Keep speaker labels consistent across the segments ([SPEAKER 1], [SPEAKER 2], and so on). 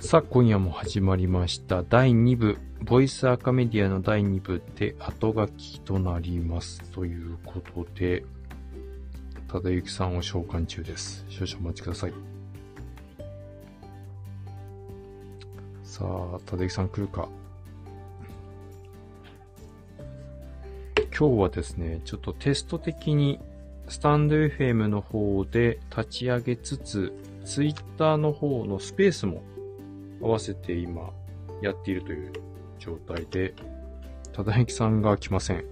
[SPEAKER 1] さあ、今夜も始まりました。第2部、ボイスアカメディアの第2部で後書きとなります。ということで、ただゆきさんを召喚中です。少々お待ちください。さあ、ただゆきさん来るか。今日はですね、ちょっとテスト的にスタンド FM の方で立ち上げつつ、ツイッターの方のスペースも合わせて今やっているという状態で、ただゆきさんが来ません。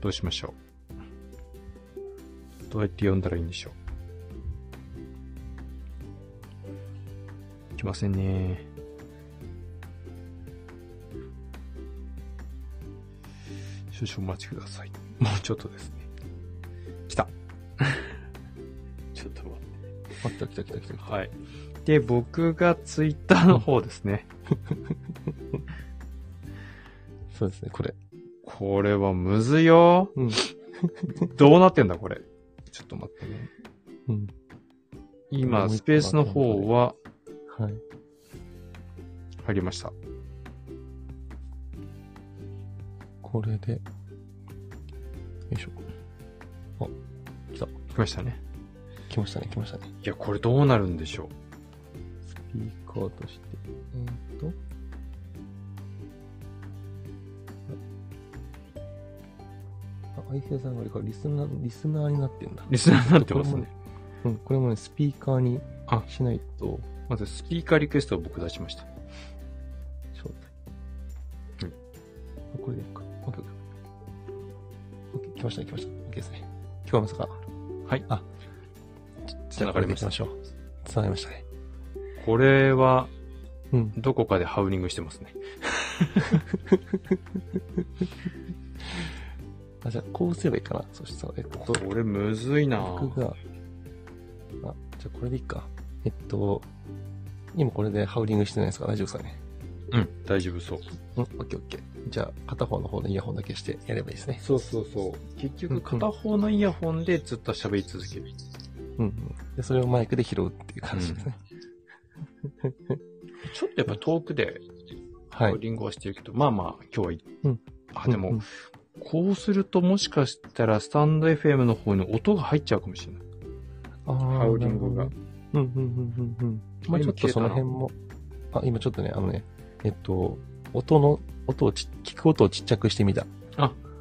[SPEAKER 1] どうしましょう。どうやって呼んだらいいんでしょう。来ませんね。少々お待ちください。もうちょっとですね。来 た。
[SPEAKER 2] ちょっと待って。あ、来た来た来た来た。
[SPEAKER 1] はい。で、僕がツイッターの方ですね。
[SPEAKER 2] そうですね、これ。
[SPEAKER 1] これはむずいよ。
[SPEAKER 2] うん
[SPEAKER 1] どうなってんだ、これ。ちょっと待ってね。
[SPEAKER 2] うん。
[SPEAKER 1] 今、スペースの方は
[SPEAKER 2] はい。
[SPEAKER 1] 入りました。
[SPEAKER 2] これで。よいしょ。
[SPEAKER 1] 来ましたね。
[SPEAKER 2] あ、来ましたね、来ましたね。
[SPEAKER 1] いや、これどうなるんでしょ
[SPEAKER 2] スピーカーとして。えー、っと。あ、アイヘイさんがあれか、リスナー、リスナーになってんだ
[SPEAKER 1] う。。リスナーになってますね。
[SPEAKER 2] うん、これもね、スピーカーに
[SPEAKER 1] あ
[SPEAKER 2] しないと、
[SPEAKER 1] まず、スピーカーリクエストを僕出しました。
[SPEAKER 2] 招待。あこれでいいか。オッケーオッケー。オッケー、来ました、来ました。オッケーですね。聞こえますか
[SPEAKER 1] はい。
[SPEAKER 2] あ、
[SPEAKER 1] 繋がりました
[SPEAKER 2] これで行きましょう。つながりましたね。
[SPEAKER 1] これは、
[SPEAKER 2] うん。
[SPEAKER 1] どこかでハウリングしてますね。
[SPEAKER 2] あ、じゃあ、こうすればいいかな。そしたら、えっと、
[SPEAKER 1] これむずいな
[SPEAKER 2] 僕が、あ、じゃあこれでいいか。えっと、今これでハウリングしてないですか大丈夫ですかね
[SPEAKER 1] うん、大丈夫そう。
[SPEAKER 2] うん、オッケーオッケー。じゃあ、片方の方でイヤホンだけしてやればいいですね。
[SPEAKER 1] そうそうそう。結
[SPEAKER 2] うんう
[SPEAKER 1] 局、
[SPEAKER 2] ん
[SPEAKER 1] 片方のイヤホンでずっと喋り続ける。
[SPEAKER 2] うん、うん。で、それをマイクで拾うっていう感じですね。
[SPEAKER 1] ちょっとやっぱ遠くで
[SPEAKER 2] はい。
[SPEAKER 1] リンゴはしてるけど、まあまあ、今日はいい。
[SPEAKER 2] うん
[SPEAKER 1] あ、でも、
[SPEAKER 2] うんうん
[SPEAKER 1] こうするともしかしたらスタンド FM の方に音が入っちゃうかもしれない。
[SPEAKER 2] ハ
[SPEAKER 1] ハウリングが。
[SPEAKER 2] うんうんうんうんうん。まあちょっとその辺も、あ、今ちょっとね、あのね、えっと、音の、音をち、聞く音をちっちゃくしてみた。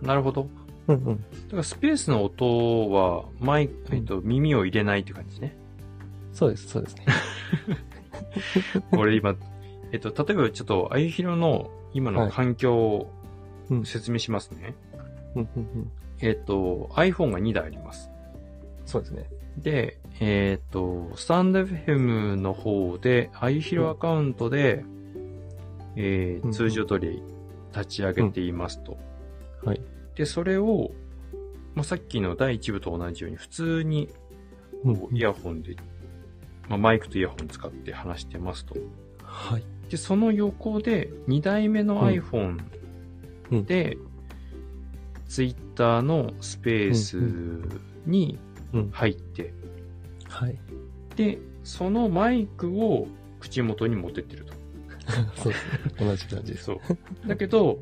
[SPEAKER 1] なるほど。
[SPEAKER 2] うんうん。
[SPEAKER 1] だからスペースの音は、マイ、
[SPEAKER 2] ん
[SPEAKER 1] えっと、耳を入れないって感じ ね。
[SPEAKER 2] そうです、そうですね。
[SPEAKER 1] これ今、えっと、例えばちょっと、あゆひろの今の環境を
[SPEAKER 2] はいうん
[SPEAKER 1] 説明しますね。
[SPEAKER 2] うんうんうん。
[SPEAKER 1] えっと、iPhone が2台あります。
[SPEAKER 2] そうですね。
[SPEAKER 1] で、えっと、スタンド FM の方で、あゆひろアカウントで、え
[SPEAKER 2] う
[SPEAKER 1] ー、
[SPEAKER 2] んうん
[SPEAKER 1] 通常通り立ち上げていますと。
[SPEAKER 2] はい。
[SPEAKER 1] で、それを、まあ、さっきの第1部と同じように、普通にこうイヤホンで、まあ、マイクとイヤホン使って話してますと。
[SPEAKER 2] はい。
[SPEAKER 1] で、その横で、2台目の
[SPEAKER 2] うん
[SPEAKER 1] iPhone
[SPEAKER 2] うん
[SPEAKER 1] で、Twitter のスペースに
[SPEAKER 2] うん
[SPEAKER 1] 入って、
[SPEAKER 2] はい。
[SPEAKER 1] で、そのマイクを口元に持ってってると。
[SPEAKER 2] そうですね。同じ感じです。
[SPEAKER 1] そう。だけど、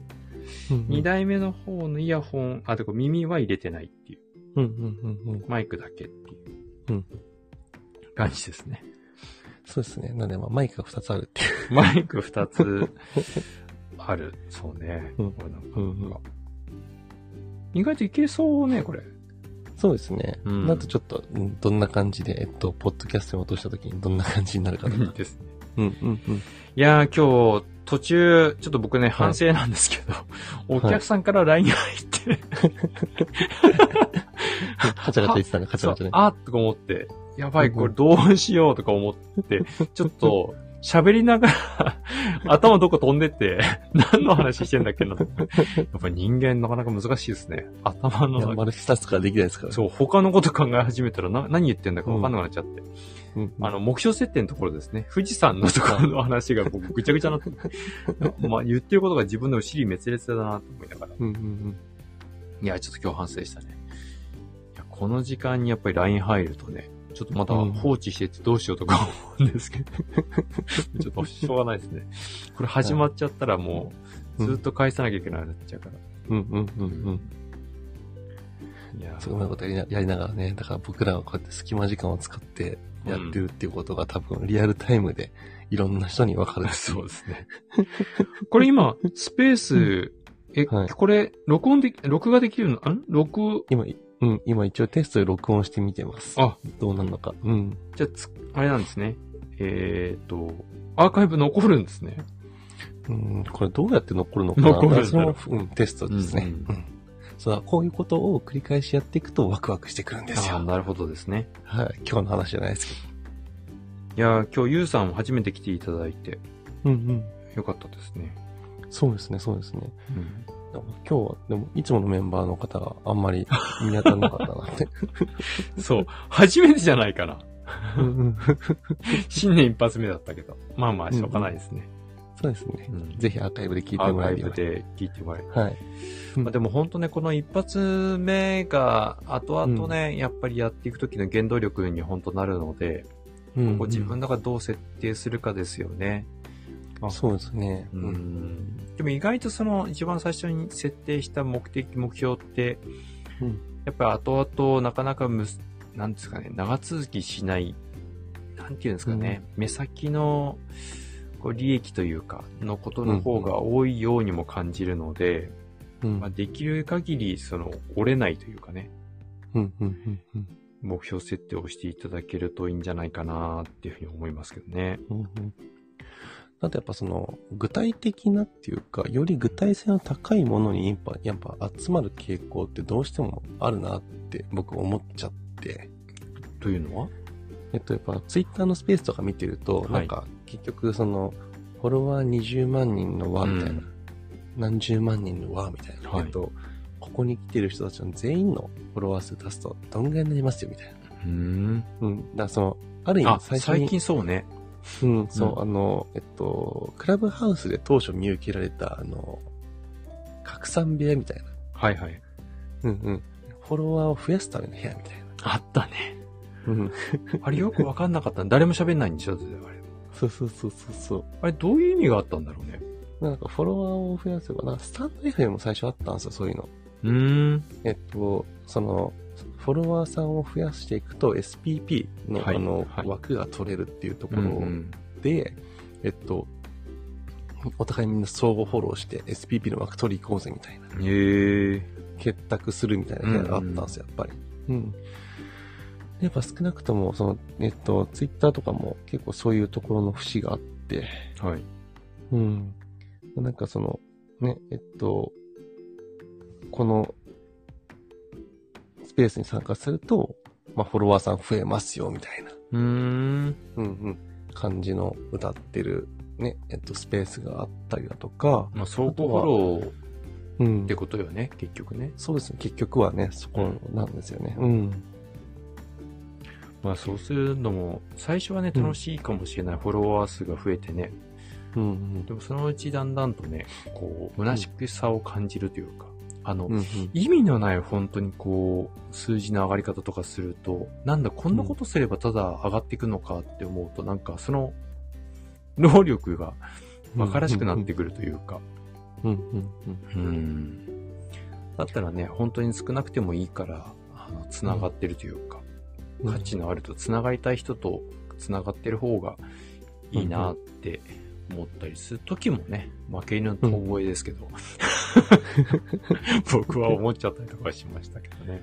[SPEAKER 2] うんうん
[SPEAKER 1] 2。台目の方のイヤホン、あ、てか耳は入れてないっていう。
[SPEAKER 2] うんうんうんうん。
[SPEAKER 1] マイクだけっていう。
[SPEAKER 2] うん
[SPEAKER 1] 感じですね。
[SPEAKER 2] そうですね。なんで、まあ、マイクが2つあるってい う。
[SPEAKER 1] マイク2つある。そうね。
[SPEAKER 2] うん
[SPEAKER 1] これなんか
[SPEAKER 2] うんうん
[SPEAKER 1] 意外といけそうね、これ。
[SPEAKER 2] そうですね。
[SPEAKER 1] うん。
[SPEAKER 2] なんとちょっと、うんどんな感じで、えっと、ポッドキャストに落とした時にどんな感じになるかとか
[SPEAKER 1] ですね。
[SPEAKER 2] うんうん う ん。
[SPEAKER 1] いやー、今日、途中、ちょっと僕ね、反省なんですけど、お客さんから LINE が入って、
[SPEAKER 2] カチャカチャ言ってたね、カチャ
[SPEAKER 1] そう
[SPEAKER 2] カチャね。
[SPEAKER 1] あーとか思って、やばい、
[SPEAKER 2] うん
[SPEAKER 1] これどうしようとか思って、 ちょっと、喋りながら、 頭どこ飛んでって、 何の話してんだっけ なと思って。やっぱ人間なかなか難しいですね。頭
[SPEAKER 2] いや、
[SPEAKER 1] の、
[SPEAKER 2] 丸2つからできないですから。
[SPEAKER 1] そう、他のこと考え始めたらな何言ってんだか分かんなくなっちゃって。
[SPEAKER 2] うんうん。
[SPEAKER 1] あの、目標設定のところですね。富士山のところの話が僕ぐちゃぐちゃにな って。まあ、言ってることが自分のお尻滅裂だなと思いながら。
[SPEAKER 2] うんうんうん。
[SPEAKER 1] いや、ちょっと今日反省したね。いやこの時間にやっぱり LINE 入るとね、ちょっとまだ
[SPEAKER 2] うん
[SPEAKER 1] 放置しててどうしようとか思うんですけど、 ちょっとしょうがないですね。これ始まっちゃったらもう、
[SPEAKER 2] うん
[SPEAKER 1] ずっと返さなきゃいけないなっちゃうから。
[SPEAKER 2] うんうんうんうん。
[SPEAKER 1] いやー
[SPEAKER 2] そううまいことやりなやりながらね、だから僕らはこうやって隙間時間を使ってやってるっていうことが多分リアルタイムでいろんな人に分かる。
[SPEAKER 1] そうですね。これ今、スペース、え、
[SPEAKER 2] はい
[SPEAKER 1] これ、録音でき、録画できるの、ん録、
[SPEAKER 2] 今、うん、今一応テストで録音してみてます。
[SPEAKER 1] あ、
[SPEAKER 2] どうなるのか。うん。
[SPEAKER 1] じゃあつ、あれなんですね。えーっと、アーカイブ残るんですね。
[SPEAKER 2] うん、これどうやって残るのかな
[SPEAKER 1] 残るんだろう
[SPEAKER 2] それも、うん、テストですね。
[SPEAKER 1] う
[SPEAKER 2] うんんそうだこういうことを繰り返しやっていくとワクワクしてくるんです
[SPEAKER 1] あー
[SPEAKER 2] よ。
[SPEAKER 1] なるほどですね。
[SPEAKER 2] はい。今日の話じゃないですけ
[SPEAKER 1] いやー、今日、ゆうさんも初めて来ていただいて、
[SPEAKER 2] ど。うんうん。
[SPEAKER 1] よかったですね。
[SPEAKER 2] そうですね、そうですね。
[SPEAKER 1] うん
[SPEAKER 2] でも今日は、でも、いつものメンバーの方があんまり見当たらなかったな って。
[SPEAKER 1] そう、初めてじゃないかな。
[SPEAKER 2] うんうん
[SPEAKER 1] 新年一発目だったけど。まあまあ、しょうがないですね。
[SPEAKER 2] そうですね。
[SPEAKER 1] うん
[SPEAKER 2] ぜひアーカイブで聞いて
[SPEAKER 1] アー
[SPEAKER 2] もら
[SPEAKER 1] カ
[SPEAKER 2] え
[SPEAKER 1] イ
[SPEAKER 2] れ
[SPEAKER 1] ブ
[SPEAKER 2] ば。
[SPEAKER 1] で聞いてもらえる。
[SPEAKER 2] はい。
[SPEAKER 1] まあ、でも本当ね、この一発目が後々ね、やっぱりやっていく時の原動力に本当なるので、
[SPEAKER 2] うんうん
[SPEAKER 1] こう自分の中どう設定するかですよね。
[SPEAKER 2] そうですね。
[SPEAKER 1] う
[SPEAKER 2] うん
[SPEAKER 1] んでも意外とその一番最初に設定した目的、目標って、
[SPEAKER 2] うん
[SPEAKER 1] やっぱり後々なかなかむす、なんですかね、長続きしない、なんていうんですかね、目先のこう利益というか、のことの方が多いようにも感じるので、
[SPEAKER 2] うん
[SPEAKER 1] まあ、できる限り、その、折れないというかね、
[SPEAKER 2] うんうんうんうん
[SPEAKER 1] 目標設定をしていただけるといいんじゃないかなっていうふうに思いますけどね。
[SPEAKER 2] うんうんだってやっぱその具体的なっていうか、より具体性の高いものにやっぱやっぱ集まる傾向ってどうしてもあるなって僕思っちゃって。
[SPEAKER 1] というのは
[SPEAKER 2] えっとやっぱツイッターのスペースとか見てると、
[SPEAKER 1] はい
[SPEAKER 2] なんか結局そのフォロワー20万人の輪みたいな、
[SPEAKER 1] うん
[SPEAKER 2] 何十万人の輪みたいな、
[SPEAKER 1] はい
[SPEAKER 2] えっと、ここに来てる人たちの全員のフォロワー数足すとどんぐらいになりますよみたいな。
[SPEAKER 1] うん。
[SPEAKER 2] うん。だからその、ある意
[SPEAKER 1] あ
[SPEAKER 2] 味、
[SPEAKER 1] 最
[SPEAKER 2] 最初に
[SPEAKER 1] 近そうね。
[SPEAKER 2] うん、そう、
[SPEAKER 1] うん
[SPEAKER 2] あの、えっと、クラブハウスで当初見受けられた、あの、拡散部屋みたいな。
[SPEAKER 1] はいはい。
[SPEAKER 2] うんうん。フォロワーを増やすための部屋みたいな。
[SPEAKER 1] あったね。
[SPEAKER 2] うん。
[SPEAKER 1] あれよくわかんなかった。誰も喋んないんでしょ、あれ。
[SPEAKER 2] そうそうそうそうそ
[SPEAKER 1] あれ、どういう意味があったんだろうね。
[SPEAKER 2] う。なんかフォロワーを増やせば、なんかスタンド FM も最初あったんですよ、そういうの。
[SPEAKER 1] うーん。
[SPEAKER 2] えっと、その、フォロワーさんを増やしていくと SPP の、
[SPEAKER 1] はい
[SPEAKER 2] あの、
[SPEAKER 1] はい
[SPEAKER 2] 枠が取れるっていうとこ
[SPEAKER 1] う
[SPEAKER 2] ろ
[SPEAKER 1] ん
[SPEAKER 2] で、
[SPEAKER 1] うん。
[SPEAKER 2] えっと、お互いみんな相互フォローして SPP の枠取り行こうぜみたいな。
[SPEAKER 1] へえ。
[SPEAKER 2] 結託するみたいな部屋があったんですよ、やっぱり。うん。やっぱ少なくとも、その、えっと、ツイッターとかも結構そういうところの節があって、
[SPEAKER 1] はい。
[SPEAKER 2] うん。なんかその、ね、えっと、このスペースに参加すると、まあ、フォロワーさん増えますよ、みたいな、
[SPEAKER 1] うーん。
[SPEAKER 2] うんうん、感じの歌ってる、ね、えっと、スペースがあったりだとか、
[SPEAKER 1] まあ、相互フォロ
[SPEAKER 2] うん
[SPEAKER 1] ーってことよね、結局ね。
[SPEAKER 2] そうですね、結局はね、そこなんですよね。うん。
[SPEAKER 1] まあ、そうするのも、最初はね、
[SPEAKER 2] うん
[SPEAKER 1] 楽しいかもしれない。フォロワー数が増えてね。
[SPEAKER 2] うん、うん。
[SPEAKER 1] でも、そのうちだんだんとね、こう、虚しくさを感じるというか、あの
[SPEAKER 2] う、んうん
[SPEAKER 1] 意味のない本当にこう、数字の上がり方とかすると、なんだ、こんなことすればただ上がっていくのかって思うと、なんかその、能力が馬鹿らしくなってくるというか、
[SPEAKER 2] うんうん
[SPEAKER 1] う
[SPEAKER 2] うん
[SPEAKER 1] ん。だったらね、本当に少なくてもいいから、あの、つながってるというか、
[SPEAKER 2] うん
[SPEAKER 1] 価値のあると、つながりたい人とつながってる方がいいなって思ったりする時もね、負け犬の遠吠えです けど、僕は思っちゃったりとかしましたけどね。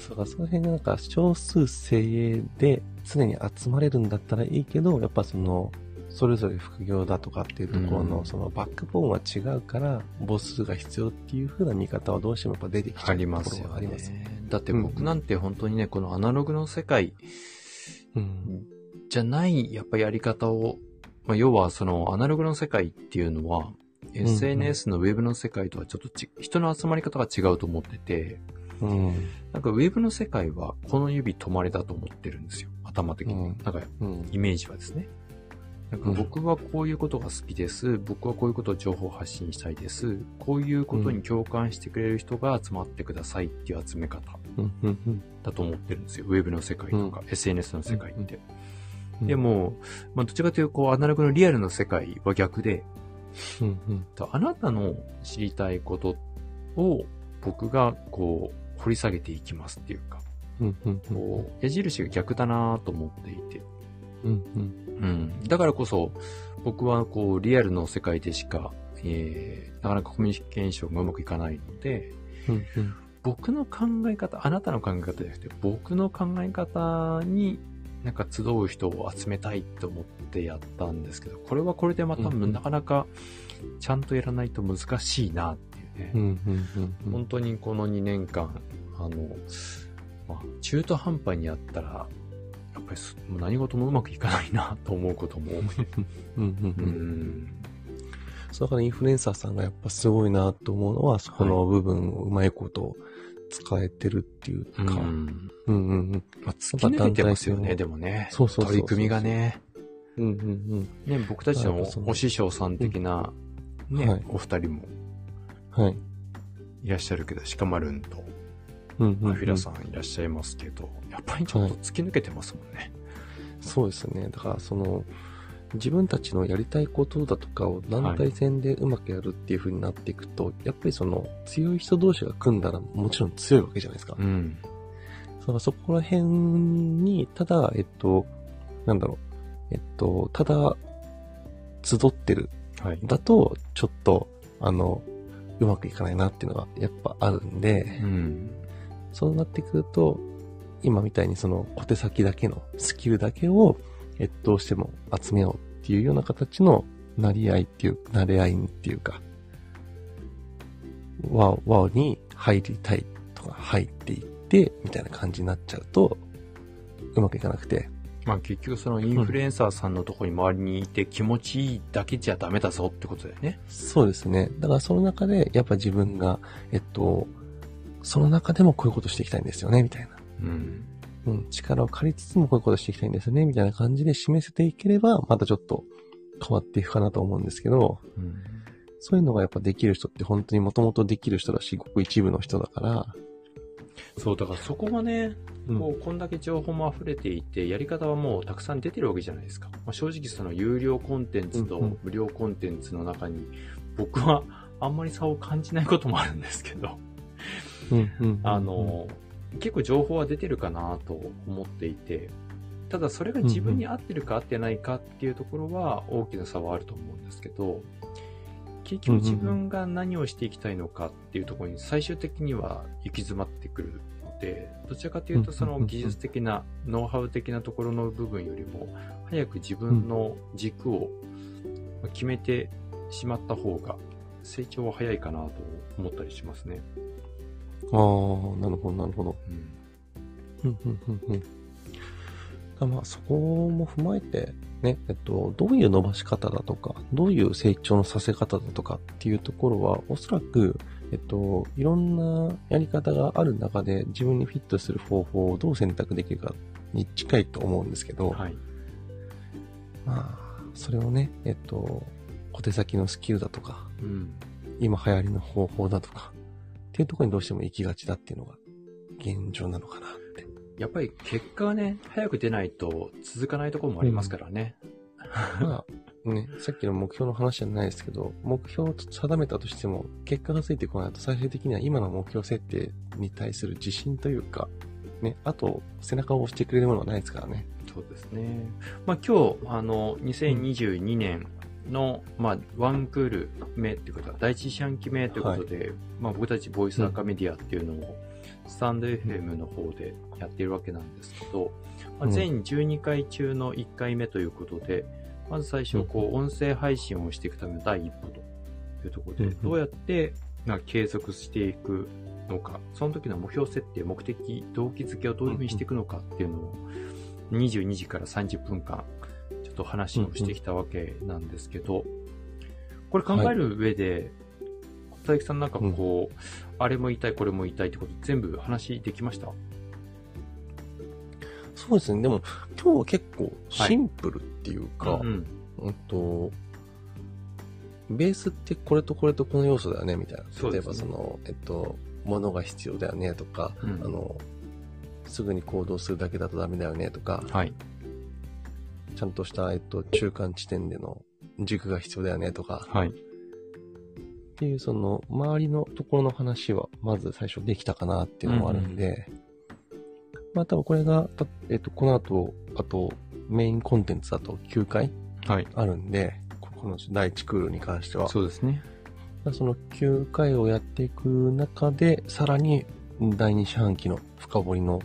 [SPEAKER 2] そうか、その辺がなんか少数精鋭で常に集まれるんだったらいいけど、やっぱその、それぞれ副業だとかっていうところ
[SPEAKER 1] うん
[SPEAKER 2] の、そのバックボーンは違うから、母数が必要っていう風な見方はどうしてもやっぱ出てきちゃ
[SPEAKER 1] あ
[SPEAKER 2] う
[SPEAKER 1] り
[SPEAKER 2] と
[SPEAKER 1] ま
[SPEAKER 2] こ
[SPEAKER 1] す
[SPEAKER 2] ろ
[SPEAKER 1] よ、
[SPEAKER 2] はあります。
[SPEAKER 1] ね。だって僕なんて本当にね、このアナログの世界
[SPEAKER 2] うん。
[SPEAKER 1] じゃない、やっぱやり方を、まあ、要はそのアナログの世界っていうのは、
[SPEAKER 2] ん
[SPEAKER 1] SNS のウェブの世界とはちょっとち、人の集まり方が違うと思ってて、
[SPEAKER 2] うん。
[SPEAKER 1] なんかウェブの世界はこの指止まれだと思ってるんですよ。頭的に。
[SPEAKER 2] うん
[SPEAKER 1] なんか
[SPEAKER 2] うん。
[SPEAKER 1] イメージはですね。なんか
[SPEAKER 2] うん
[SPEAKER 1] 僕はこういうことが好きです。僕はこういうことを情報発信したいです。こういうことに共感してくれる人が集まってくださいっていう集め方
[SPEAKER 2] うんうんうん
[SPEAKER 1] だと思ってるんですよ。ウェブの世界とか、SNS の世界って。
[SPEAKER 2] うん
[SPEAKER 1] で、も、まあ、どっちかというとこう、アナログのリアルの世界は逆で、
[SPEAKER 2] うんうん
[SPEAKER 1] とあなたの知りたいことを僕がこう掘り下げていきますっていうか、
[SPEAKER 2] うんうんうん
[SPEAKER 1] こう矢印が逆だなと思っていて、
[SPEAKER 2] うんうん
[SPEAKER 1] うん、だからこそ僕はこうリアルの世界でしか、えー、なかなかコミュニケーションがうまくいかないので、
[SPEAKER 2] うんうん
[SPEAKER 1] 僕の考え方、あなたの考え方じゃなくて僕の考え方になんか集う人を集めたいと思ってやったんですけど、これはこれでまた
[SPEAKER 2] うんうん
[SPEAKER 1] なかなかちゃんとやらないと難しいなっていうね。
[SPEAKER 2] うんうんうん
[SPEAKER 1] 本当にこの2年間、あの、まあ、中途半端にやったら、やっぱりすもう何事もうまくいかないなと思うことも多くて。
[SPEAKER 2] うんうん
[SPEAKER 1] う
[SPEAKER 2] うん
[SPEAKER 1] ん。
[SPEAKER 2] そうだからインフルエンサーさんがやっぱすごいなと思うのは、そこの部分をうまいこと使えてるっていうか、
[SPEAKER 1] う
[SPEAKER 2] うん
[SPEAKER 1] ん。
[SPEAKER 2] うんうん。
[SPEAKER 1] まあ、突き抜けてますよね、
[SPEAKER 2] 団体性の
[SPEAKER 1] でもね。
[SPEAKER 2] そうそうそうそ
[SPEAKER 1] 取
[SPEAKER 2] う
[SPEAKER 1] り組みがね。
[SPEAKER 2] うんうん
[SPEAKER 1] ね、僕たちの
[SPEAKER 2] やっぱそう
[SPEAKER 1] お師匠さん的な、
[SPEAKER 2] うん
[SPEAKER 1] ね、
[SPEAKER 2] はい
[SPEAKER 1] お二人も
[SPEAKER 2] うん。はい。
[SPEAKER 1] いらっしゃるけど、鹿丸んと、
[SPEAKER 2] うんうん、
[SPEAKER 1] アフィラさんいらっしゃいますけど、やっぱりちょっと突き抜けてますもんね。
[SPEAKER 2] そうですね。だからその、自分たちのやりたいことだとかを団体戦でうまくやるっていう風になっていくと、やっぱりその強い人同士が組んだらもちろん強いわけじゃないですか。
[SPEAKER 1] うん。
[SPEAKER 2] だからそこら辺に、ただ、えっと、なんだろう、えっと、ただ、集ってる
[SPEAKER 1] はい。
[SPEAKER 2] だと、ちょっと、あの、うまくいかないなっていうのがやっぱあるんで
[SPEAKER 1] う、ん。
[SPEAKER 2] そうなってくると、今みたいにその小手先だけのスキルだけを、えどうしても集めようっていうような形のなり合いっていう、なれ合いっていうか、わ、わに入りたいとか入っていって、みたいな感じになっちゃうと、うまくいかなくて、
[SPEAKER 1] まあ結局そのインフルエンサーさんのとこに周りにいて気持ちいいだけじゃダメだぞってことだよね。
[SPEAKER 2] そうですね。だからその中で、やっぱ自分が、えっと、その中でもこういうことしていきたいんですよね、みたいな。
[SPEAKER 1] うん。
[SPEAKER 2] うん、力を借りつつもこういうことしていきたいんですよね、みたいな感じで示せていければ、またちょっと変わっていくかなと思うんですけど、
[SPEAKER 1] うん。
[SPEAKER 2] そういうのがやっぱできる人って本当にもともとできる人だし、ごく一部の人だから、
[SPEAKER 1] そう、だからそこがね、
[SPEAKER 2] うん
[SPEAKER 1] もうこんだけ情報も溢れていて、やり方はもうたくさん出てるわけじゃないですか。まあ、正直その有料コンテンツと
[SPEAKER 2] うんうん
[SPEAKER 1] 無料コンテンツの中に、僕はあんまり差を感じないこともあるんですけど、
[SPEAKER 2] うん、うん。
[SPEAKER 1] あ、の、結構情報は出てるかなと思っていて、ただそれが自分に合ってるか合ってないかっていうところは大きな差はあると思うんですけど、結局自分が何をしていきたいのかっていうところに最終的には行き詰まってくるので、どちらかというとその技術的な、ノウハウ的なところの部分よりも、早く自分の軸を決めてしまった方が成長は早いかなと思ったりしますね。
[SPEAKER 2] ああ、なるほど、なるほど。
[SPEAKER 1] うん
[SPEAKER 2] うん、うん、うん、うん。あまあ、そこも踏まえて、ね、えっと、どういう伸ばし方だとか、どういう成長のさせ方だとかっていうところは、おそらく、えっと、いろんなやり方がある中で、自分にフィットする方法をどう選択できるかに近いと思うんですけど、
[SPEAKER 1] はい。
[SPEAKER 2] まあ、それをね、えっと、小手先のスキルだとか、
[SPEAKER 1] うん。
[SPEAKER 2] 今流行りの方法だとか、っていうところにどうしても行きがちだっていうのが、現状なのかなって。
[SPEAKER 1] やっぱり結果はね、早く出ないと続かないところもありますからね。
[SPEAKER 2] まあ、ね、さっきの目標の話じゃないですけど、目標を定めたとしても、結果がついてこないと最終的には今の目標設定に対する自信というか、ね、あと、背中を押してくれるものはないですからね。
[SPEAKER 1] そうですね。まあ今日、あの、2022年の、まあ、ワンクール目っていうことは、第一四半期目ということで、まあ僕たちボイスアカメディアっていうのを、スタンド FM の方でやってるわけなんですけど、まあ、
[SPEAKER 2] うん
[SPEAKER 1] 全12回中の1回目ということで、まず最初、こう、音声配信をしていくための第一歩というところで、
[SPEAKER 2] うんうん
[SPEAKER 1] どうやって、まあ、継続していくのか、その時の目標設定、目的、動機づけをどういうふうにしていくのかっていうのを、22時から30分間、ちょっと話をしてきたわけなんですけど、これ考える上で、佐伯さんなんかこう、あれも言いたい、これも言いたいってこと全部話できました
[SPEAKER 2] そうですね。でも、今日は結構シンプルっていうか、
[SPEAKER 1] うん。
[SPEAKER 2] うんと、ベースってこれとこれとこの要素だよね、みたい
[SPEAKER 1] そ
[SPEAKER 2] な。
[SPEAKER 1] う
[SPEAKER 2] 例え
[SPEAKER 1] です
[SPEAKER 2] ば
[SPEAKER 1] ね
[SPEAKER 2] その、えっと、物が必要だよね、とか、
[SPEAKER 1] うん
[SPEAKER 2] あの、すぐに行動するだけだとダメだよね、とか、
[SPEAKER 1] はい。
[SPEAKER 2] ちゃんとした、えっと、中間地点での軸が必要だよね、とか、
[SPEAKER 1] はい。
[SPEAKER 2] っていうその周りのところの話はまず最初できたかなっていうのもあるんで、まあ多分これが、たえっと、この後、あとメインコンテンツだと9回
[SPEAKER 1] はい。
[SPEAKER 2] あるんで、ここの第1クールに関しては。
[SPEAKER 1] そうですね。
[SPEAKER 2] その9回をやっていく中で、さらに第2四半期の深掘りの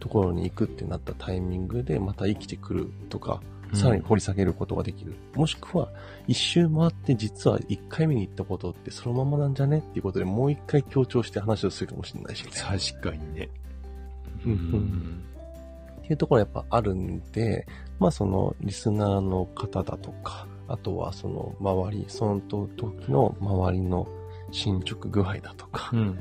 [SPEAKER 2] ところに行くってなったタイミングでまた生きてくるとか、さらに掘り下げることができる。もしくは、一周回って実は一回目に行ったことってそのままなんじゃねっていうことでもう一回強調して話をするかもしれないし、ね、
[SPEAKER 1] 確かにね。
[SPEAKER 2] うんうんっていうところはやっぱあるんで、まあそのリスナーの方だとか、あとはその周り、その時の周りの進捗具合だとか、
[SPEAKER 1] うん。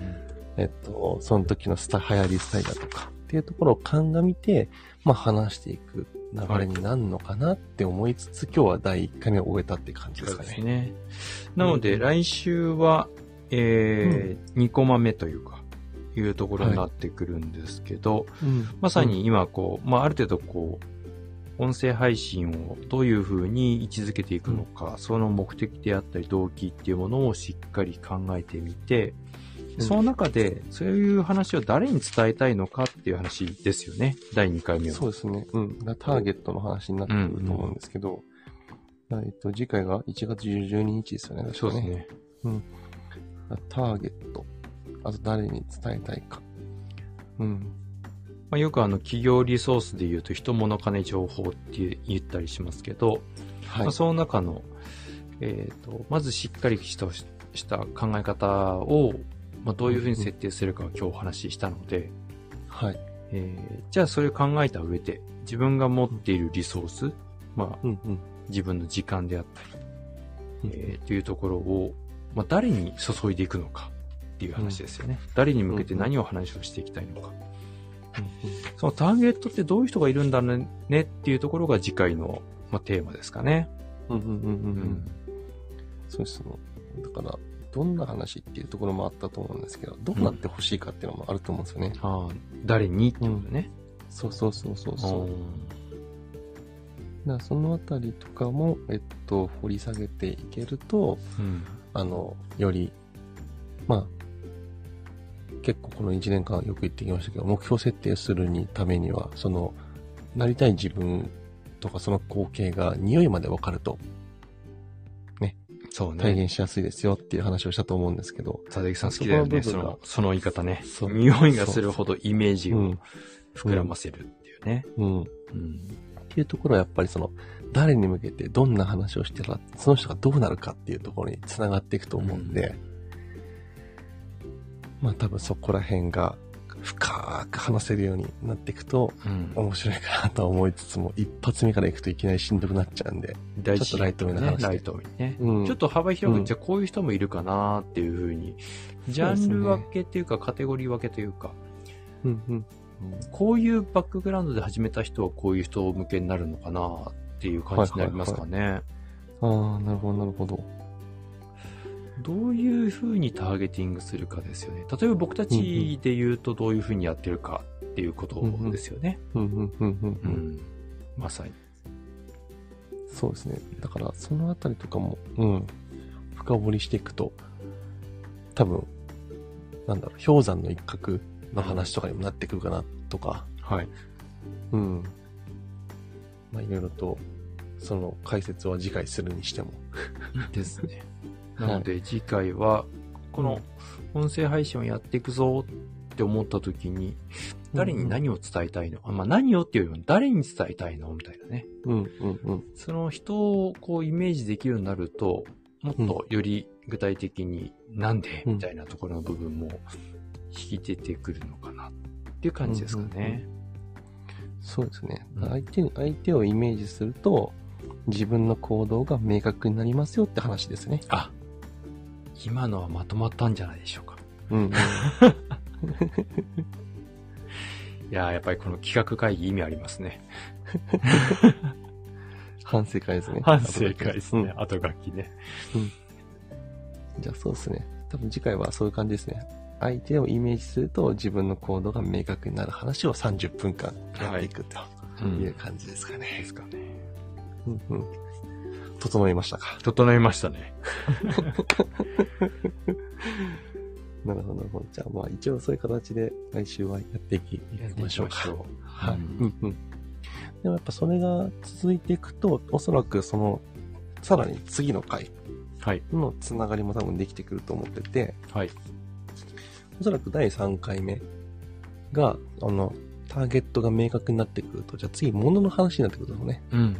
[SPEAKER 2] えっと、その時のスタ、流行りスタイルだとかっていうところを鑑みて、まあ話していく流れになるのかなって思いつつ、今日は第1回目を終えたって感じで
[SPEAKER 1] そう
[SPEAKER 2] すか
[SPEAKER 1] で
[SPEAKER 2] ね。
[SPEAKER 1] すね。なので、来週は、えー、2コマ目というか、いうところになってくるんですけど、まさに今こう、まあ、ある程度こう、音声配信をどういうふうに位置づけていくのか、その目的であったり動機っていうものをしっかり考えてみて、
[SPEAKER 2] うん
[SPEAKER 1] その中でそういう話を誰に伝えたいのかっていう話ですよね。第2回目は。
[SPEAKER 2] そうですね。うん。がターゲットの話になってくると思うんですけど、えっと、次回が1月12日ですよね。
[SPEAKER 1] そうです
[SPEAKER 2] 確か
[SPEAKER 1] ね。
[SPEAKER 2] ターゲット。あと誰に伝えたいか。うん。
[SPEAKER 1] まあ、よくあの企業リソースで言うと人物金情報って言ったりしますけど、
[SPEAKER 2] はい
[SPEAKER 1] まあ、。その中の、えー、とまずしっかりしたした考え方を、まあ、どういうふうに設定するかを今日お話ししたので、
[SPEAKER 2] はい。
[SPEAKER 1] えーじゃあそれを考えた上で自分が持っているリソース、まあ、
[SPEAKER 2] うんうん。
[SPEAKER 1] 自分の時間であったり、
[SPEAKER 2] うん
[SPEAKER 1] えーというところを、まあ、誰に注いでいくのかっていう話ですよね、誰に向けて何を話をしていきたいのか、そのターゲットってどういう人がいるんだねっていうところが次回の、まあ、テーマですかね、
[SPEAKER 2] うんうんうんう
[SPEAKER 1] う
[SPEAKER 2] んうん。そうですね。だから、どんな話っていうところもあったと思うんですけど、どうなってほしいかっていうのもあると思うんですよね。
[SPEAKER 1] ああ誰にってことね、
[SPEAKER 2] そうそうそうそう
[SPEAKER 1] そ
[SPEAKER 2] そうう。だからそのあたりとかも、えっと、掘り下げていけると、
[SPEAKER 1] うん
[SPEAKER 2] あの、より、まあ、結構この1年間よく言ってきましたけど、目標設定するにためには、その、なりたい自分とかその光景が匂いまでわかると
[SPEAKER 1] そうね
[SPEAKER 2] 体現しやすいですよっていう話をしたと思うんですけど、
[SPEAKER 1] 佐々木さん好きだよね
[SPEAKER 2] そ
[SPEAKER 1] そ
[SPEAKER 2] この部分
[SPEAKER 1] の
[SPEAKER 2] が
[SPEAKER 1] その言い方ね
[SPEAKER 2] そう
[SPEAKER 1] 匂いがするほどイメージ
[SPEAKER 2] う
[SPEAKER 1] を
[SPEAKER 2] ん、
[SPEAKER 1] 膨らませるっていうね、
[SPEAKER 2] うん。
[SPEAKER 1] うん
[SPEAKER 2] っていうところはやっぱりその、誰に向けてどんな話をしたら、その人がどうなるかっていうところにつながっていくと思うんで、まあ多分そこら辺が深く話せるようになっていくと
[SPEAKER 1] うん
[SPEAKER 2] 面白いかなとは思いつつも、一発目からいくといきなりしんどくなっちゃうんで、
[SPEAKER 1] 大事
[SPEAKER 2] ちょっとライトめな話で
[SPEAKER 1] ライトめにね。
[SPEAKER 2] うん
[SPEAKER 1] ちょっと幅広
[SPEAKER 2] う
[SPEAKER 1] く、
[SPEAKER 2] ん
[SPEAKER 1] じゃあこういう人もいるかなっていうふうに、ジ
[SPEAKER 2] そ
[SPEAKER 1] ャ
[SPEAKER 2] うですね
[SPEAKER 1] ンル分けっていうか、カテゴリー分けというか、
[SPEAKER 2] うんうん。
[SPEAKER 1] こういうバックグラウンドで始めた人はこういう人向けになるのかなっていう感じになりますかね。
[SPEAKER 2] ああ、なるほど、なるほど。
[SPEAKER 1] どういうふうにターゲティングするかですよね。例えば僕たちで言うとどういうふうにやってるかっていうことですよね。
[SPEAKER 2] うんうんうんうん
[SPEAKER 1] う
[SPEAKER 2] うんん。
[SPEAKER 1] まさに。
[SPEAKER 2] そうですね。だから、そのあたりとかも、うん、深掘りしていくと、多分、なんだろう、氷山の一角の話とかにもなってくるかな、とか、
[SPEAKER 1] はい。
[SPEAKER 2] うん。まあ、いろいろと、その解説は次回するにしても。
[SPEAKER 1] です ね。
[SPEAKER 2] はい
[SPEAKER 1] なので次回は、この音声配信をやっていくぞって思った時に、誰に何を伝えたいの、まあ何をっていうよりも誰に伝えたいのみたいなね。
[SPEAKER 2] うんうんうん。
[SPEAKER 1] その人をこうイメージできるようになると、もっとより具体的になんで
[SPEAKER 2] うん
[SPEAKER 1] みたいなところの部分も引き出てくるのかなっていう感じですかね。
[SPEAKER 2] そうですね。
[SPEAKER 1] うん
[SPEAKER 2] 相手に、相手をイメージすると、自分の行動が明確になりますよって話ですね。
[SPEAKER 1] あ、今のはまとまったんじゃないでしょうか。
[SPEAKER 2] うんうん。
[SPEAKER 1] いやーやっぱりこの企画会議意味ありますね。
[SPEAKER 2] 反省会ですね。
[SPEAKER 1] 反省会です
[SPEAKER 2] うん
[SPEAKER 1] ね。後書きね。
[SPEAKER 2] じゃあそうですね。多分次回はそういう感じですね。相手をイメージすると自分の行動が明確になる話を30分間やっていくと
[SPEAKER 1] うん
[SPEAKER 2] いう感じですかね。
[SPEAKER 1] ですかね。
[SPEAKER 2] うんうん整いましたか。
[SPEAKER 1] 整いましたね。
[SPEAKER 2] なるほどなるほど。じゃあまあ一応そういう形で来週はやっていきましょうか。
[SPEAKER 1] う。
[SPEAKER 2] はい。
[SPEAKER 1] う
[SPEAKER 2] うんんうん。 でもやっぱそれが続いていくと、おそらくその、さらに次の回
[SPEAKER 1] はい。
[SPEAKER 2] のつながりも多分できてくると思ってて、
[SPEAKER 1] はい。
[SPEAKER 2] おそらく第3回目が、あの、ターゲットが明確になってくると、じゃあ次、物の話になってくるとね、
[SPEAKER 1] うん。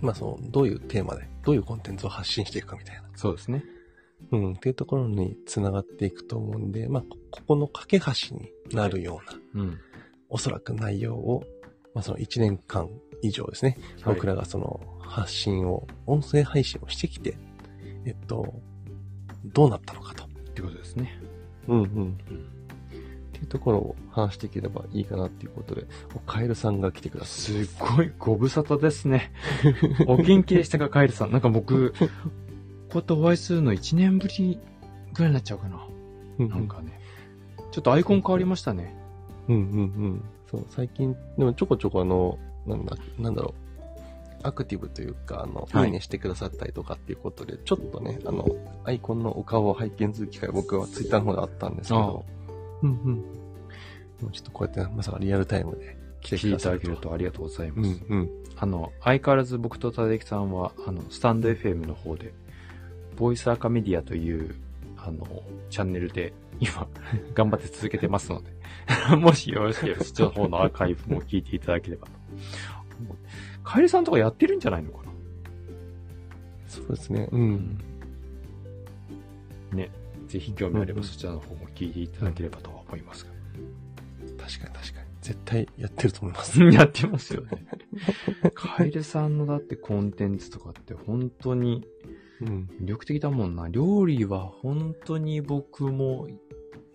[SPEAKER 2] まあその、どういうテーマで、どういうコンテンツを発信していくかみたいな、
[SPEAKER 1] そうですね。
[SPEAKER 2] うん、っていうところに繋がっていくと思うんで、まあ、こここの架け橋になるような、
[SPEAKER 1] うん。
[SPEAKER 2] おそらく内容を、まあその1年間以上ですね、僕らがその発信を、音声配信をしてきて、えっと、どうなったのかと。
[SPEAKER 1] ってことですね。
[SPEAKER 2] うんうん。っていうところを話していければいいかなっていうことで、おカエルさんが来てくださ
[SPEAKER 1] すっごいご無沙汰ですね。お元気でしたか、カエルさん。なんか僕、こうやってお会いするの1年ぶりぐらいになっちゃうかな。
[SPEAKER 2] い。な
[SPEAKER 1] なん。かね。ちょっとアイコン変わりましたね。
[SPEAKER 2] うんうんうん。そう、最近、でもちょこちょこあの、なんだ、なんだろう。アクティブというか、あの、
[SPEAKER 1] はい
[SPEAKER 2] いいねしてくださったりとかっていうことで、ちょっとね、あの、アイコンのお顔を拝見する機会、僕はツイッターの方であったんですけど、うんうん。でもちょっとこうやって、まさかリアルタイムで来て
[SPEAKER 1] 聞
[SPEAKER 2] く
[SPEAKER 1] い
[SPEAKER 2] だ
[SPEAKER 1] て
[SPEAKER 2] さ
[SPEAKER 1] あ
[SPEAKER 2] る
[SPEAKER 1] げるとありがとうございうま
[SPEAKER 2] ん
[SPEAKER 1] す。
[SPEAKER 2] うん。
[SPEAKER 1] あの、相変わらず僕と田崎さんは、あの、スタンド FM の方で、ボイスアカメディアという、あの、チャンネルで、今、 頑張って続けてますので、 もしよろしければ、そっちの方のアーカイブも聞いていただければと。カエルさんとかやってるんじゃないのかな
[SPEAKER 2] そうですね。うん。
[SPEAKER 1] ね、ぜひ興味あれ
[SPEAKER 2] うんう
[SPEAKER 1] ば
[SPEAKER 2] ん
[SPEAKER 1] そちらの方も聞いていただければとは思いますが。
[SPEAKER 2] 確かに確かに。絶対やってると思います。
[SPEAKER 1] やってますよね。カエルさんのだってコンテンツとかって本当に
[SPEAKER 2] うん。
[SPEAKER 1] 魅力的だもんな。料理は本当に僕も、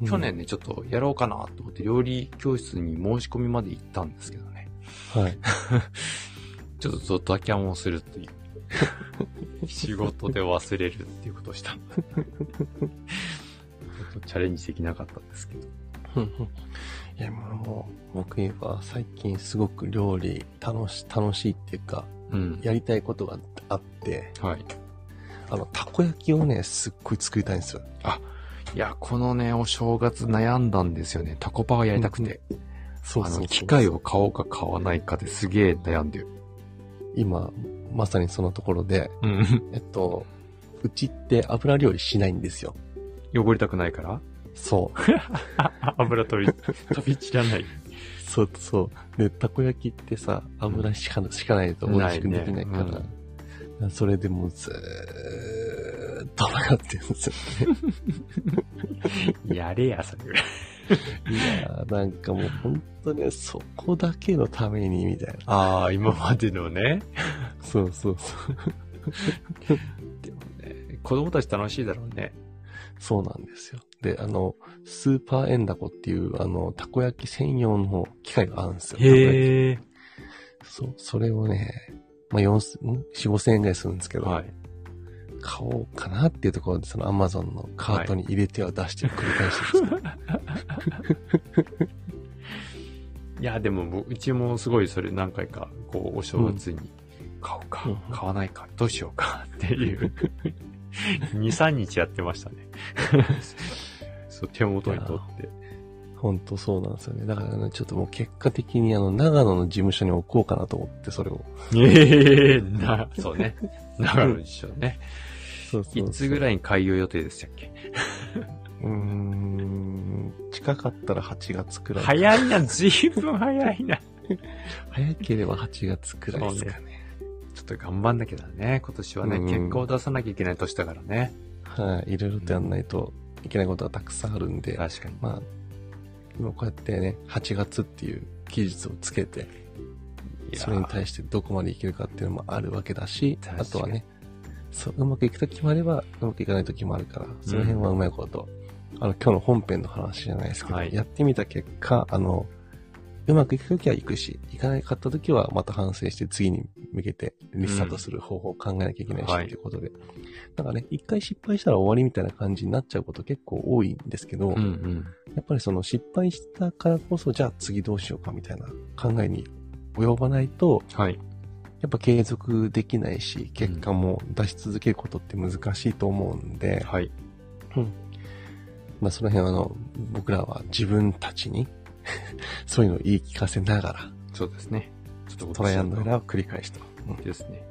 [SPEAKER 1] 去年ね、ちょっとやろうかなと思って料理教室に申し込みまで行ったんですけどね。
[SPEAKER 2] うん。はい。
[SPEAKER 1] ちょっとドタキャンをすると いう。仕事で忘れるっていうことをしたんだ。ちょっとチャレンジできなかったんですけど。
[SPEAKER 2] いや、もう、僕言えば最近すごく料理楽し、楽しいっていうか、
[SPEAKER 1] うん。
[SPEAKER 2] やりたいことがあって、
[SPEAKER 1] はい。
[SPEAKER 2] あの、たこ焼きをね、すっごい作りたいんですよ。
[SPEAKER 1] いや、このね、お正月悩んだんですよね。タコパがやりたくて。
[SPEAKER 2] そ
[SPEAKER 1] あの、機械を買おうか買わないかですげえ悩んでる。
[SPEAKER 2] 今、まさにそのところで、
[SPEAKER 1] うん。
[SPEAKER 2] えっと、うちって油料理しないんですよ。
[SPEAKER 1] 汚れたくないから
[SPEAKER 2] そう。
[SPEAKER 1] 油飛 び、飛び散らない。
[SPEAKER 2] そうそう。で、たこ焼きってさ、油しかしかないと美味しくできないから。
[SPEAKER 1] ないね
[SPEAKER 2] それでもうずーっと迷ってるんですよ
[SPEAKER 1] やれや、それぐらい。
[SPEAKER 2] いやー、なんかもう本当ね、そこだけのために、みたいな。
[SPEAKER 1] ああ、今までのね。
[SPEAKER 2] そうそうそう。
[SPEAKER 1] でもね、子供たち楽しいだろうね。
[SPEAKER 2] そうなんですよ。で、あの、スーパーエンダコっていう、あの、たこ焼き専用の機械があるんですよ。え。
[SPEAKER 1] へえ。
[SPEAKER 2] そう、それをね、まあ、4、ん4、5千円ぐらいするんですけど、
[SPEAKER 1] はい。
[SPEAKER 2] 買おうかなっていうところで、そのアマゾンのカートに入れては出して繰り返してるんですよ。
[SPEAKER 1] いや、でも僕、うちもすごいそれ何回か、こう、お正月に、買おうか
[SPEAKER 2] うん、
[SPEAKER 1] 買わないか、どうしようか っていう、2、3日やってましたね。そう、手元に取って。
[SPEAKER 2] ほんとそうなんですよね。だからね、ちょっともう結果的にあの、長野の事務所に置こうかなと思って、それを。
[SPEAKER 1] ええな、 そうね。長野一緒ね。
[SPEAKER 2] そうそうそう
[SPEAKER 1] いつぐらいに開業予定でしたっけ
[SPEAKER 2] うーん近かったら8月くらい。
[SPEAKER 1] 早いな、随分早いな。
[SPEAKER 2] 早ければ8月くらいですかね。
[SPEAKER 1] ちょっと頑張んなきゃだね。今年はね、
[SPEAKER 2] うん
[SPEAKER 1] 結果を出さなきゃいけない年だからね。
[SPEAKER 2] はい、いろいろとやんないといけないことがたくさんあるんで、
[SPEAKER 1] 確かに。
[SPEAKER 2] まあ、今こうやってね、8月っていう期日をつけて、それに対してどこまでいけるかっていうのもあるわけだし
[SPEAKER 1] 確、か
[SPEAKER 2] あ
[SPEAKER 1] に
[SPEAKER 2] とはね、そう、うまくいくと決まれば、うまくいかないと決まるから、その辺はうまいこと、あの、今日の本編の話じゃないですけど、
[SPEAKER 1] はい
[SPEAKER 2] やってみた結果、あの、うまくいくときは行くし、いかなかったときはまた反省して次に向けてリスタートする方法を考えなきゃいけないし、
[SPEAKER 1] はい
[SPEAKER 2] ということで。なんかね、一回失敗したら終わりみたいな感じになっちゃうこと結構多いんですけど、
[SPEAKER 1] うんうん。
[SPEAKER 2] やっぱりその失敗したからこそ、じゃあ次どうしようかみたいな考えに及ばないと、
[SPEAKER 1] はい。
[SPEAKER 2] やっぱ継続できないし、結果も出し続けることって難しいと思うんで、
[SPEAKER 1] はい。
[SPEAKER 2] まあその辺はあの、僕らは自分たちに、 そういうのを言い聞かせながら、
[SPEAKER 1] そうですね。ちょっと
[SPEAKER 2] トライアンドエラーを繰り返すと。うん
[SPEAKER 1] ですね。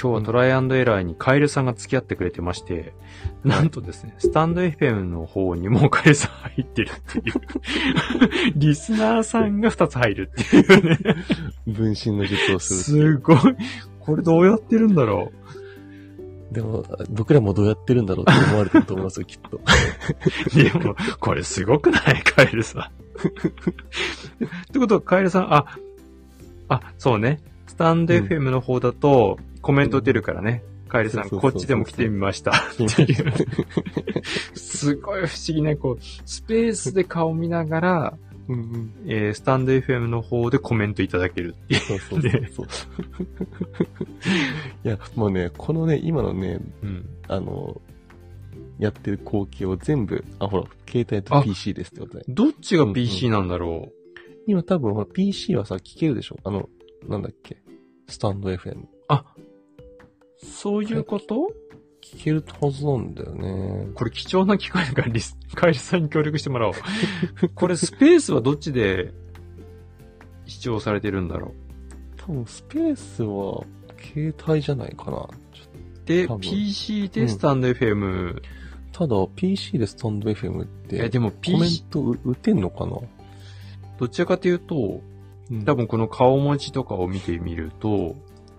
[SPEAKER 1] 今日はトライアンドエラーにカエルさんが付き合ってくれてまして、なんとですね、スタンド FM の方にもカエルさん入ってる っていう。リスナーさんが2つ入るっていうね。
[SPEAKER 2] 分身の術をする。
[SPEAKER 1] すごい。これどうやってるんだろ
[SPEAKER 2] でも、僕らもどうやってるんだろうって思われてると思 いますよ、きっと。
[SPEAKER 1] う。でも、これすごくない カエルさん。ってことは、カエルさん、あ、あ、そうね。スタンド FM の方だと、コメント出るからね。カエルさん、
[SPEAKER 2] そう
[SPEAKER 1] こ
[SPEAKER 2] そう
[SPEAKER 1] っ
[SPEAKER 2] そうそう
[SPEAKER 1] ちでも来てみました。 すごい不思議な、こう、スペースで顔見ながら、
[SPEAKER 2] うんうん
[SPEAKER 1] えースタンド FM の方でコメントいただけるっていう。
[SPEAKER 2] そうそうそうそう。いや、もうね、このね、今のね、
[SPEAKER 1] うん。
[SPEAKER 2] あの、やってる光景を全部、あ、ほら、携帯と
[SPEAKER 1] あ
[SPEAKER 2] PC ですってことね。
[SPEAKER 1] どっちが PC なんだろう、
[SPEAKER 2] 今多分、ほら、PC はさ、聞けるでしょあの、なんだっけ、スタンド FM。
[SPEAKER 1] そういうこと
[SPEAKER 2] 聞けるはずなんだよね。
[SPEAKER 1] これ貴重な機会だからリス、カエルさんに協力してもらおう。 これスペースはどっちで視聴されてるんだろ
[SPEAKER 2] 多分、スペースは、携帯じゃないかな。ちょ
[SPEAKER 1] うで
[SPEAKER 2] 多、分
[SPEAKER 1] PC でスタンド FM。
[SPEAKER 2] ただ、PC でスタンド FM って、
[SPEAKER 1] え、でも
[SPEAKER 2] コメン
[SPEAKER 1] PC、
[SPEAKER 2] トう打てんのかな
[SPEAKER 1] どちらかというと、
[SPEAKER 2] うん
[SPEAKER 1] 多分この顔文字とかを見てみると、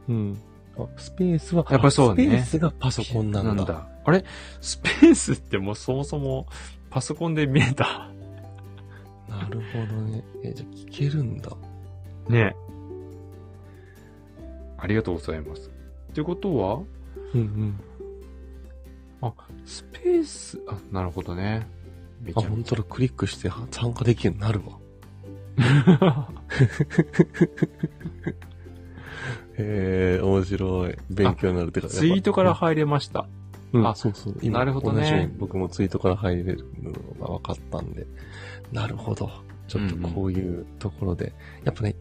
[SPEAKER 2] うん。あ、スペースは、
[SPEAKER 1] やっぱそうね
[SPEAKER 2] スペースがパソコンなんだ。
[SPEAKER 1] あれスペースってもうそもそもパソコンで見え た。
[SPEAKER 2] なるほどね。え、じゃあ聞けるんだ。
[SPEAKER 1] ねありがとうございます。ってことは、
[SPEAKER 2] うんうん。
[SPEAKER 1] スペース、あ、なるほどね。め
[SPEAKER 2] あ、本当だ、クリックしては参加できるようになるわ。
[SPEAKER 1] だ。
[SPEAKER 2] へえ、面白い。勉強になるってか。
[SPEAKER 1] ツイートから入れました。
[SPEAKER 2] うん、
[SPEAKER 1] あ
[SPEAKER 2] あ、そうそう。
[SPEAKER 1] なるほどね
[SPEAKER 2] 同じように僕もツイートから入れるのが分かったんで。なるほど。ちょっとこういうところで。やっぱね、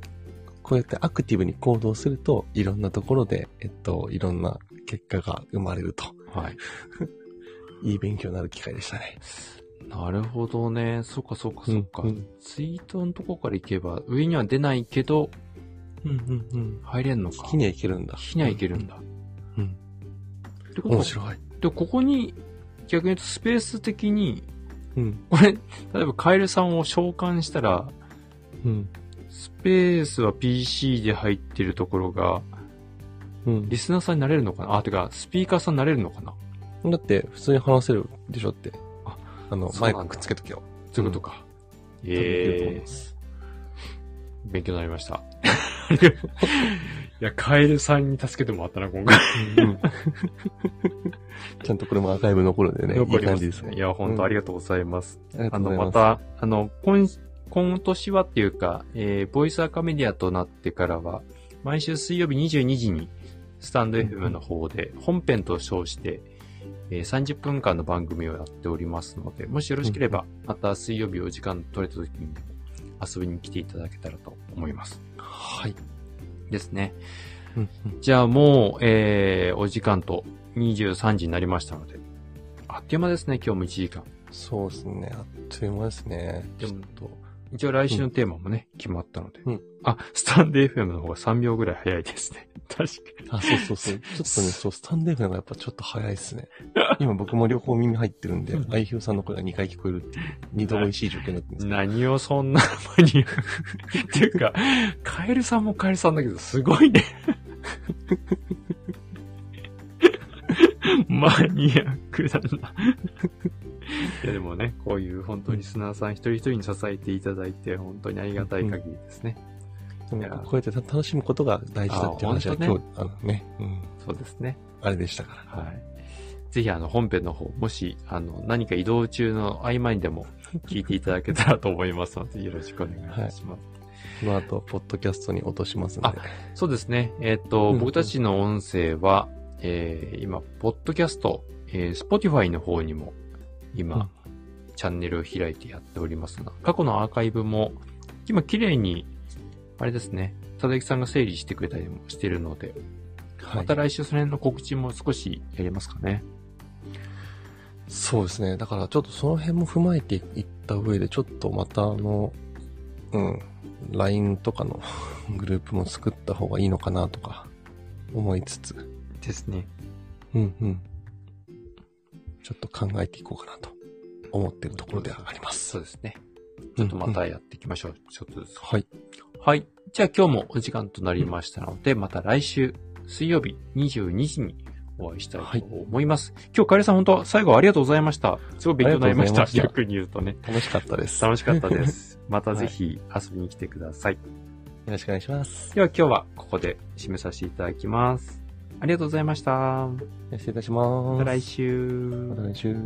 [SPEAKER 2] こうやってアクティブに行動すると、いろんなところで、えっと、いろんな結果が生まれると。
[SPEAKER 1] はい。
[SPEAKER 2] いい勉強になる機会でしたね。
[SPEAKER 1] なるほどね。そっかそっかそっか。
[SPEAKER 2] うん
[SPEAKER 1] ツイートのとこから行けば、上には出ないけど、
[SPEAKER 2] うんうんうん。
[SPEAKER 1] 入れんのか。
[SPEAKER 2] 聞きにはいけるんだ。
[SPEAKER 1] 聞きにはいけるんだ。
[SPEAKER 2] うん。
[SPEAKER 1] ってこと
[SPEAKER 2] 面
[SPEAKER 1] は
[SPEAKER 2] 白い。
[SPEAKER 1] で、ここに、逆に言うとスペース的に、
[SPEAKER 2] うん。
[SPEAKER 1] これ、例えばカエルさんを召喚したら、
[SPEAKER 2] うん。
[SPEAKER 1] スペースは PC で入ってるところが、
[SPEAKER 2] うん
[SPEAKER 1] リ。スナーさんになれるのかなあ、てか、スピーカーさんになれるのかな
[SPEAKER 2] だって、普通に話せるでしょって。
[SPEAKER 1] あ
[SPEAKER 2] あ、の、
[SPEAKER 1] そう
[SPEAKER 2] マ
[SPEAKER 1] な
[SPEAKER 2] イ
[SPEAKER 1] んだ
[SPEAKER 2] クくっつけとけよ。
[SPEAKER 1] そういうことか。
[SPEAKER 2] え
[SPEAKER 1] ええ勉強になりま した。いや、カエルさんに助けてもらったな、今回。
[SPEAKER 2] うん。ちゃんとこれもアーカイブ残るんでね。い
[SPEAKER 1] 残
[SPEAKER 2] い
[SPEAKER 1] りま
[SPEAKER 2] 感じですね。
[SPEAKER 1] いや、本当あり
[SPEAKER 2] が
[SPEAKER 1] がとうございます。
[SPEAKER 2] とうん。ありが
[SPEAKER 1] あ
[SPEAKER 2] とうご
[SPEAKER 1] の、
[SPEAKER 2] ざい
[SPEAKER 1] ま
[SPEAKER 2] ます。
[SPEAKER 1] た、あの、今、今年はっていうか、えーボイスアカメディアとなってからは、毎週水曜日22時に、スタンド FM の方で、本編と称して、えー30分間の番組をやっておりますので、もしよろしければ、また水曜日お時間取れた時に遊びに来ていただけたらと思います。
[SPEAKER 2] はい。
[SPEAKER 1] ですね。
[SPEAKER 2] うん
[SPEAKER 1] じゃあもう、えーお時間と23時になりましたので、あっという間ですね、今日も1時間。
[SPEAKER 2] そうですね。あっという間ですね。
[SPEAKER 1] でも
[SPEAKER 2] ちょっと。
[SPEAKER 1] 一応来週のテーマもね、決まったので。
[SPEAKER 2] うん
[SPEAKER 1] あ、スタンド FM の方が3秒ぐらい早いですね。 確かに。
[SPEAKER 2] あ、そうそうそう。ちょっとね、そう、スタンデーフの方がやっぱちょっと早いですね。今僕も両方耳入ってるんで
[SPEAKER 1] う、ん
[SPEAKER 2] 愛表さんの声が2回聞こえるっていう、2度美味しい状況になってます。
[SPEAKER 1] 何をそんなマニア。 っていうか、カエルさんもカエルさんだけど、すご いね。マニアックだな。 いやでもね、こういう本当にリスナーさん一人一人に支えていただいて、本当にありがたい限りですね。
[SPEAKER 2] でも
[SPEAKER 1] いや
[SPEAKER 2] こうやってた楽しむことが大事だっていう話は
[SPEAKER 1] あ
[SPEAKER 2] 今日、あのね、うん、
[SPEAKER 1] そうですね。
[SPEAKER 2] あれでしたから。
[SPEAKER 1] はい。ぜひ、あの、本編の方、もし、あの、何か移 動中の合間にでも聞いていただけたらと思いますので、よろしくお願いいたします。
[SPEAKER 2] この後、ポッドキャストに落としますので。
[SPEAKER 1] そうですね。えっ、と、
[SPEAKER 2] うんうん
[SPEAKER 1] 僕たちの音声は、えー今、ポッドキャスト、えー、Spotify の方にも、今、チャンネルを開いてやっておりますが、過去のアーカイブも、今、綺麗に、あれですね、佐々木さんが整理してくれたりもしてるので、
[SPEAKER 2] は
[SPEAKER 1] ま
[SPEAKER 2] い
[SPEAKER 1] た来週その辺の告知も少しやりますかね。
[SPEAKER 2] そうですね。だからちょっとその辺も踏まえていった上で、ちょっとまたあの、うん、LINE とかの グループも作った方がいいのかなとか思いつつ、
[SPEAKER 1] ですね。
[SPEAKER 2] うんうん。ちょっと考えていこうかなと思ってるところではあります。
[SPEAKER 1] そうですね。ちょっとま
[SPEAKER 2] うんうん
[SPEAKER 1] たやっていきましょう。ちょっとずつ。
[SPEAKER 2] はい。
[SPEAKER 1] はい。じゃあ今日もお時間となりましたので、また来週水曜日22時にお会いしたいと思います。今日、カエルさん本当最後ありがとうございました。すごい勉強になりました。
[SPEAKER 2] ありがとう
[SPEAKER 1] 逆に言うとね。
[SPEAKER 2] 楽しかったです。よ
[SPEAKER 1] 楽しかった です。またぜひ遊びに来てください。
[SPEAKER 2] ろしくお願いします。
[SPEAKER 1] では今日はここで締めさせていただきます。ありがとうございました。ま
[SPEAKER 2] 失礼いたします。
[SPEAKER 1] た来週。
[SPEAKER 2] また来週。